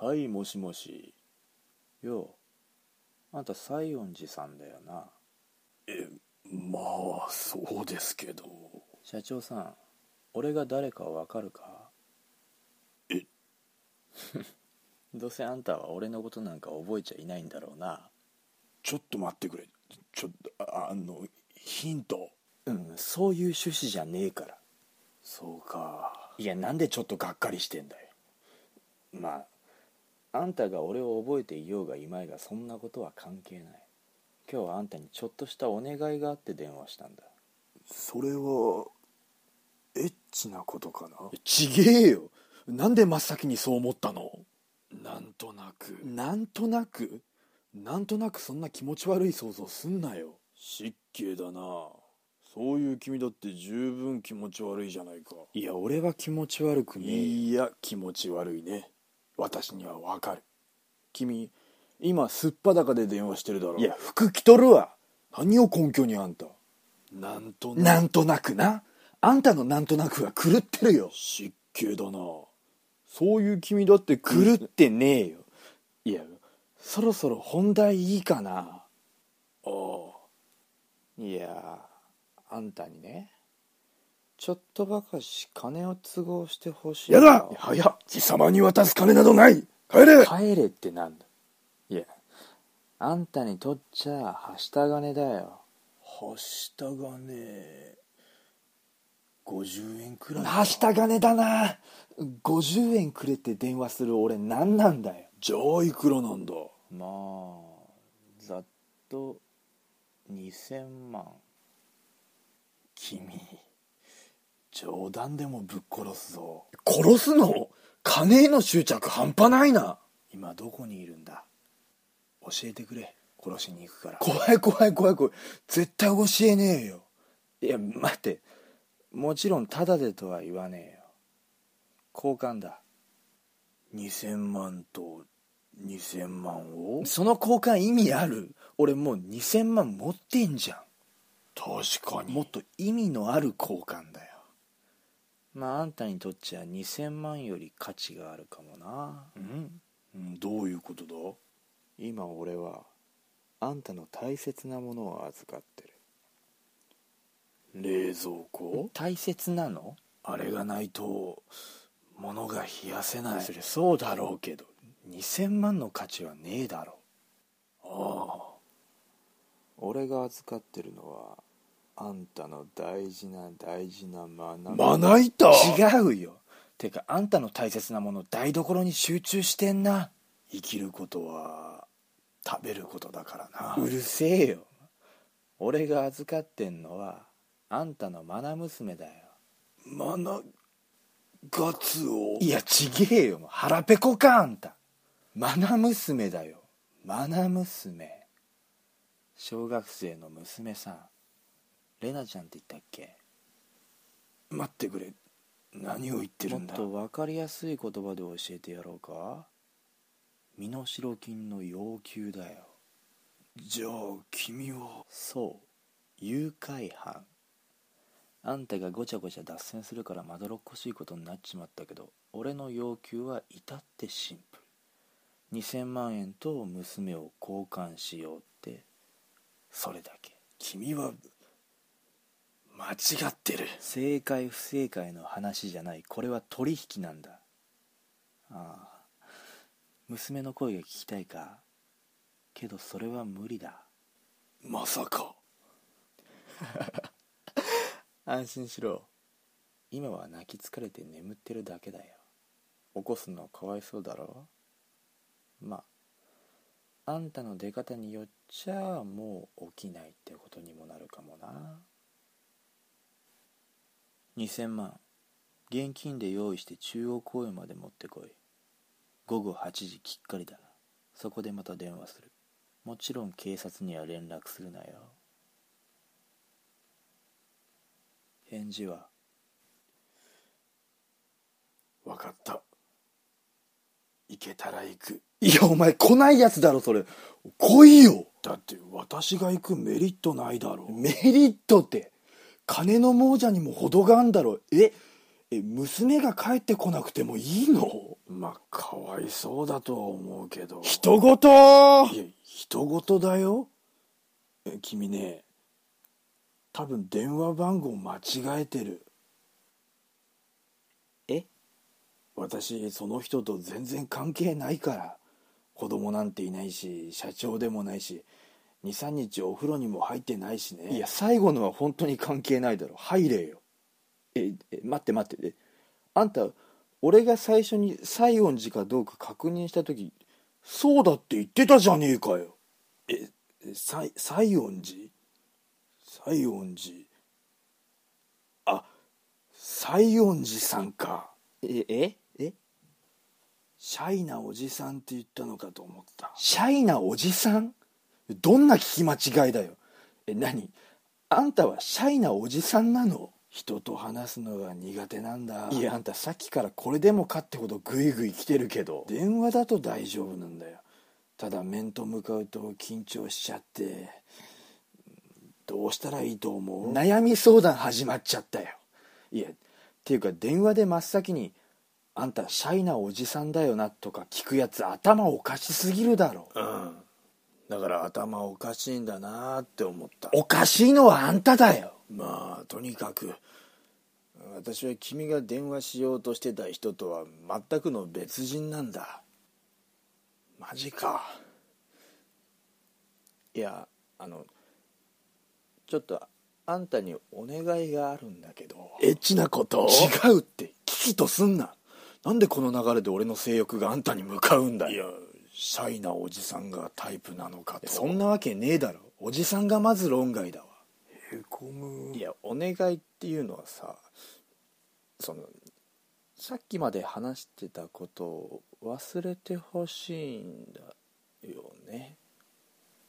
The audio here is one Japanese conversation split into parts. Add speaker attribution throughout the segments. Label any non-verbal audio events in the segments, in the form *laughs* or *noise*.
Speaker 1: はいもしもしようあんた西園寺さんだよな
Speaker 2: えまあそうですけど
Speaker 1: 社長さん俺が誰かわかるか
Speaker 2: え
Speaker 1: どうせあんたは俺のことなんか覚えちゃいないんだろうな
Speaker 2: ちょっと待ってくれちょっとああのヒント
Speaker 1: うんそういう趣旨じゃねえから
Speaker 2: そうか
Speaker 1: いやなんでちょっとがっかりしてんだよまああんたが俺を覚えていようがいまいがそんなことは関係ない今日はあんたにちょっとしたお願いがあって電話したんだ
Speaker 2: それはエッチなことかな
Speaker 1: ちげえよなんで真っ先にそう思ったの
Speaker 2: なんとなく
Speaker 1: なんとなくなんとなくそんな気持ち悪い想像すんなよ
Speaker 2: 失敬だなそういう君だって十分気持ち悪いじゃないか
Speaker 1: いや俺は気持ち悪くねえよ
Speaker 2: いや気持ち悪いね私にはわかる君今すっぱだかで電話してるだろ
Speaker 1: いや服着とるわ
Speaker 2: 何を根拠にあんたなんとなく
Speaker 1: んとなくなあんたのなんとなくは狂ってるよ
Speaker 2: 失敬だなそういう君だって
Speaker 1: 狂ってねえよいやそろそろ本題いいかな
Speaker 2: ああ
Speaker 1: いやあんたにねちょっとばかし金を都合してほしい
Speaker 2: や
Speaker 1: の
Speaker 2: だ早っ貴様に渡す金などない帰れ
Speaker 1: 帰れってなんだいやあんたにとっちゃはした金だよ
Speaker 2: はしたがね50円くらい
Speaker 1: はした金だな50円くれって電話する俺何なんだよ
Speaker 2: じゃあいくらなんだ
Speaker 1: まあざっと2000万
Speaker 2: 君冗談でもぶっ殺すぞ
Speaker 1: 殺すの金への執着半端ないな
Speaker 2: 今どこにいるんだ教えてくれ殺しに行くから
Speaker 1: 怖い怖い怖い怖い絶対教えねえよいや待ってもちろんタダでとは言わねえよ交換だ
Speaker 2: 2000万と2000万を
Speaker 1: その交換意味ある俺もう2000万持ってんじゃ
Speaker 2: 確か
Speaker 1: んもっと意味のある交換だよまああんたにとっちゃ2000万より価値があるかもな
Speaker 2: うんうんどういうことだ
Speaker 1: 今俺はあんたの大切なものを預かって
Speaker 2: 冷蔵
Speaker 1: る
Speaker 2: 庫
Speaker 1: 大切なの
Speaker 2: あれがないと物が冷やせない
Speaker 1: そりゃそうだろうけど2000万の価値はねえだろ
Speaker 2: あ
Speaker 1: 俺が預かってるのはあんたの大事な大事な学
Speaker 2: あ
Speaker 1: び
Speaker 2: まな板
Speaker 1: 違うよてかあんたの大切なもの台所に集中してんな
Speaker 2: 生きることは食べることだからな
Speaker 1: うるせえよ俺が預かってんのはあんたのマナ娘だよ
Speaker 2: マナガツオ
Speaker 1: いやちげえよもう腹ペコかあんたマナ娘だよマナ娘小学生の娘さんレナちゃんって言ったっけ
Speaker 2: 待ってくれ何を言ってる
Speaker 1: もっ
Speaker 2: んだ
Speaker 1: と分かりやすい言葉で教えてやろうか身代金の要求だよ
Speaker 2: じゃあ君は
Speaker 1: そう誘拐犯あんたがごちゃごちゃ脱線するからまどろっこしいことになっちまったけど俺の要求は至ってシンプル2000万円と娘を交換しようってそれだけ
Speaker 2: 君は間違ってる
Speaker 1: 正解不正解の話じゃないこれは取引なんだああ娘の声が聞きたいかけどそれは無理だ
Speaker 2: まさか
Speaker 1: *laughs* 安心しろ今は泣き疲れて眠ってるだけだよ起こすのかわいそうだろまああんたの出方によっちゃもう起きないってことにもなるかもな2000万現金で用意して中央公園まで持ってこい午後8時きっかりだなそこでまた電話するもちろん警察には連絡するなよ返事は
Speaker 2: 分かった行けたら行く
Speaker 1: いや、お前来ないやつだろ、それ。来いよ
Speaker 2: だって私が行くメリットないだろ
Speaker 1: メリットって、金の亡者にも程があんだろ。え、え、娘が帰ってこなくてもいいの
Speaker 2: まあかわいそうだとは思うけど
Speaker 1: 人ごと
Speaker 2: いや人事だよえ君ね多分電話番号間違えてる
Speaker 3: え
Speaker 2: 私その人と全然関係ないから子供なんていないし社長でもないし23日お風呂にも入ってないしね
Speaker 1: いや最後のは本当に関係ないだろ入れよええ待って待ってえあんた俺が最初に西園寺かどうか確認した時そうだって言ってたじゃねえかよ
Speaker 2: 西西園寺西園寺あ西園寺さんか
Speaker 3: えええ
Speaker 2: シャイなおじさんって言ったのかと思った
Speaker 1: シャイなおじさんどんな聞き間違いだよえ何あんたはシャイなおじさんなの
Speaker 2: 人と話すのが苦手なんだ
Speaker 1: いやあんたさっきからこれでもかってほどグイグイ来てるけど
Speaker 2: 電話だと大丈夫なんだよただ面と向かうと緊張しちゃってどうしたらいいと思う
Speaker 1: 悩み相談始まっちゃったよいやっていうか電話で真っ先に「あんたシャイなおじさんだよな」とか聞くやつ頭おかしすぎるだろ
Speaker 2: うんだから頭おかしいんだなって思った
Speaker 1: おかしいのはあんただよ
Speaker 2: まあとにかく私は君が電話しようとしてた人とは全くの別人なんだマジか
Speaker 1: いやあのちょっとあんたにお願いがあるんだけど
Speaker 2: エッチなこと
Speaker 1: 違うって危機とすんななんでこの流れで俺の性欲があんたに向かうんだ
Speaker 2: い
Speaker 1: よ
Speaker 2: やシャイなおじさんがタイプなのかと
Speaker 1: そんなわけねえだろおじさんがまず論外だわ
Speaker 2: へこむ
Speaker 1: いやお願いっていうのはさそのさっきまで話してたことを忘れてほしいんだよね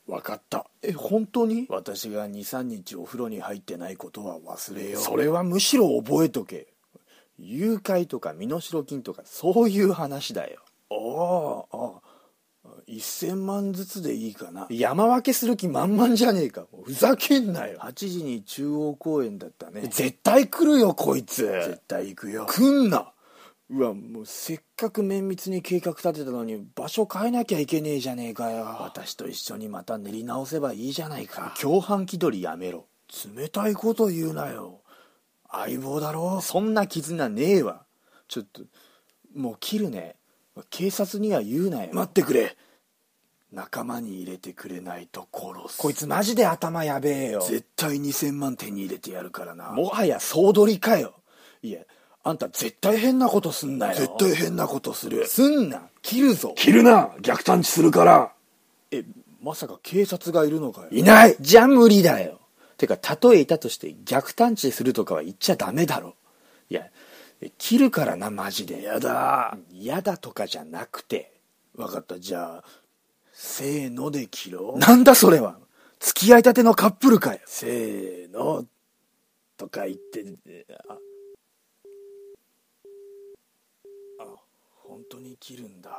Speaker 2: 分かった
Speaker 1: え本当に
Speaker 2: 私が23日お風呂に入ってないことは忘れよう
Speaker 1: それはむしろ覚えとけ誘拐とか身代金とかそういう話だよ
Speaker 2: ああああ1000万ずつでいいかな
Speaker 1: 山分けする気満々じゃねえかもうふざけんなよ
Speaker 2: 8時に中央公園だったね
Speaker 1: 絶対来るよこい
Speaker 2: 絶
Speaker 1: つ
Speaker 2: 対行くよ
Speaker 1: 来んな
Speaker 2: うわもうせっかく綿密に計画立てたのに場所変えなきゃいけねえじゃねえかよ私と一緒にまた練り直せばいいじゃないか
Speaker 1: 共犯気取りやめろ
Speaker 2: 冷たいこと言うなよ相棒だろ
Speaker 1: そんな絆ねえわちょっともう切るね警察には言うなよ、
Speaker 2: 待ってくれ仲間に入れてくれないと殺す
Speaker 1: こいつマジで頭やべえよ
Speaker 2: 絶対2000万手に入れてやるからな
Speaker 1: もはや総取りかよいやあんた絶対変なことすんなよ
Speaker 2: 絶対変なことする
Speaker 1: すんな切るぞ
Speaker 2: 切るな逆探知するから
Speaker 1: えまさか警察がいるのかよ
Speaker 2: いない
Speaker 1: じゃ無理だよてかたとえいたとして逆探知するとかは言っちゃダメだろいやえ切るからなマジで
Speaker 2: やだ
Speaker 1: 嫌だとかじゃなくて
Speaker 2: 分かったじゃあせーので切ろう
Speaker 1: なんだそれは付き合いたてのカップルかよ
Speaker 2: せーのとか言ってああ本当に切るんだ